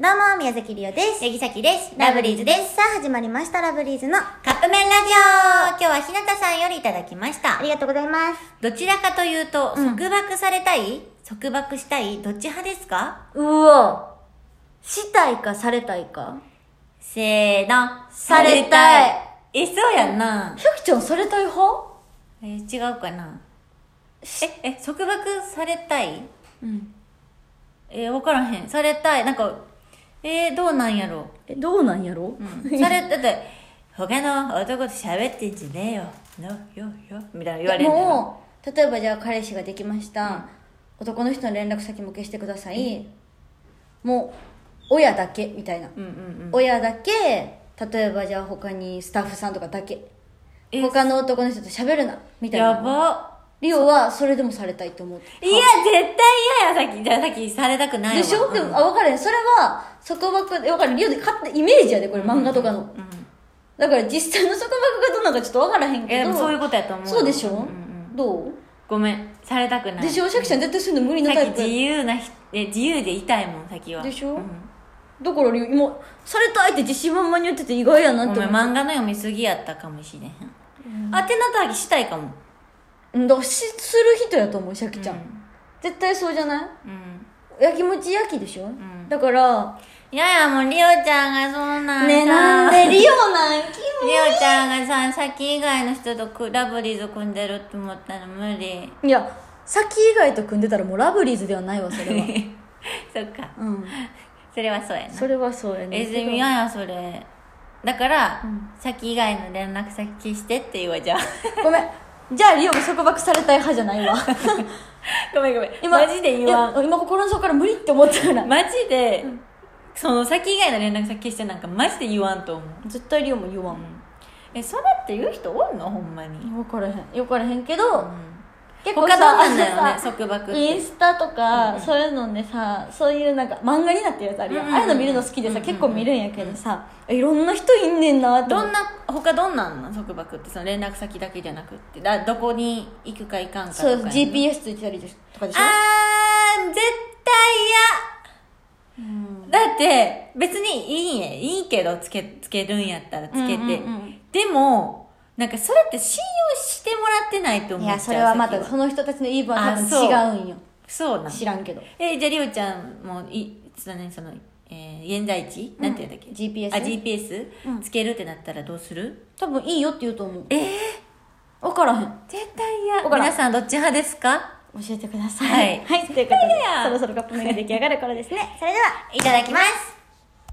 どうも、宮崎りおです。柳崎です。ララブブリリーーズズで。ですす。さあ、始まりました、ラブリーズの。あカップ麺ラジオ今日は日向さんよりいただきました。りがとうございます。どちらかというと、うん束縛されたい束縛したいどっち派ですかうわしたいか、されたいか。せーの。されたいえ、そうやんな。ひゃきちゃん、されたい派え、違うかな。え、え、束縛されたいうん。え、わからへん。されたい。なんか、えーどうなんやろえ、どうなんやろ う。うん。され、だって、他の男と喋ってんじゃねえよ。の、よ、よ。みたいな言われるんだよな。もう例えばじゃあ彼氏ができました、男の人の連絡先も消してください、もう親だけみたいな、うんうんうん。親だけ例えばじゃあ他にスタッフさんとかだけえ他の男の人と喋るなみたいやなば。リオはそれでもされたいと思ういや、絶対嫌や、さっき。じゃあさっきされたくないでわ。しょうんでもあ分かるんそれは束縛で分かるリオで勝手イメージやでこれ漫画とかの、うん。だから実際の束縛がどうなのかちょっと分からへんえ、けでどもそういうことやと思う。そうでしょ、んんどうごめん、されたくない。でしょシャキちゃん絶対そういうの無理なさタイっプき自由なひ、え自由でいたいもん、さっきは。でしょうんだからり今されたいって自信満々に言ってて意外やなってごめん、思う漫画の読みすぎやったかもしれへん。あ、てなったらしたいかも。うんだからしする人やと思うシャキちゃん、うん絶対そうじゃないうん。やきもち焼きでしょ、んだからいやいや、もう、りおちゃんがそうなんねえなんで リオなんキりおちゃんがさ、さっき以外の人とクラブリーズ組んでるって思ったの無理。 モいやさっき以外と組んでたらもうラブリーズではないわそれは そっか。うんそれはそうやな。それはそうやねえんでけもど嫌やそれだから、んさっき以外の連絡先消してって言うわじゃあ ごめんじゃあリオも束縛されたい派じゃないわごめんごめん今マジで言わいんや今心の底から無理って思ったからマジで、その先以外の連絡先消してなんかマジで言わんと思う、絶対リオも言わん、えそれって言う人おんのほんまに、分からへん分からへんけど、結他どうな んだよねさ 束縛ってインスタとか、そういうのでさそういうなんか漫画になってるやつあるやん、うんうんああいうの見るの好きでさ、結構見るんやけどさ、いろんな人いんねんなって思どうんな他どんなんなん束縛ってその連絡先だけじゃなくってだどこに行くか行かんかとかそやうね GPS ついてたりとかでしょあー、絶対嫌、だって、別にいいね。いいけど、つけ、つけるんやったらつけて。うんうんうんでも、なんかそれって信用してもらってないと思いっちゃう。やそれはま先たその人たちの言い分は多あ分違うんよそうなん。知らんけどえ、じゃあ、りおちゃんも、い、そのね、その、えー現在地、なんて言うんだっけ GPS あ、GPS、つけるってなったらどうする多分いいよって言うと思うええ分からへん絶対嫌わからん皆さんどっち派ですか教えてくださいはいはい、ということでやそろそろカップ麺が出来上がる頃ですねね、それでは、いただきます。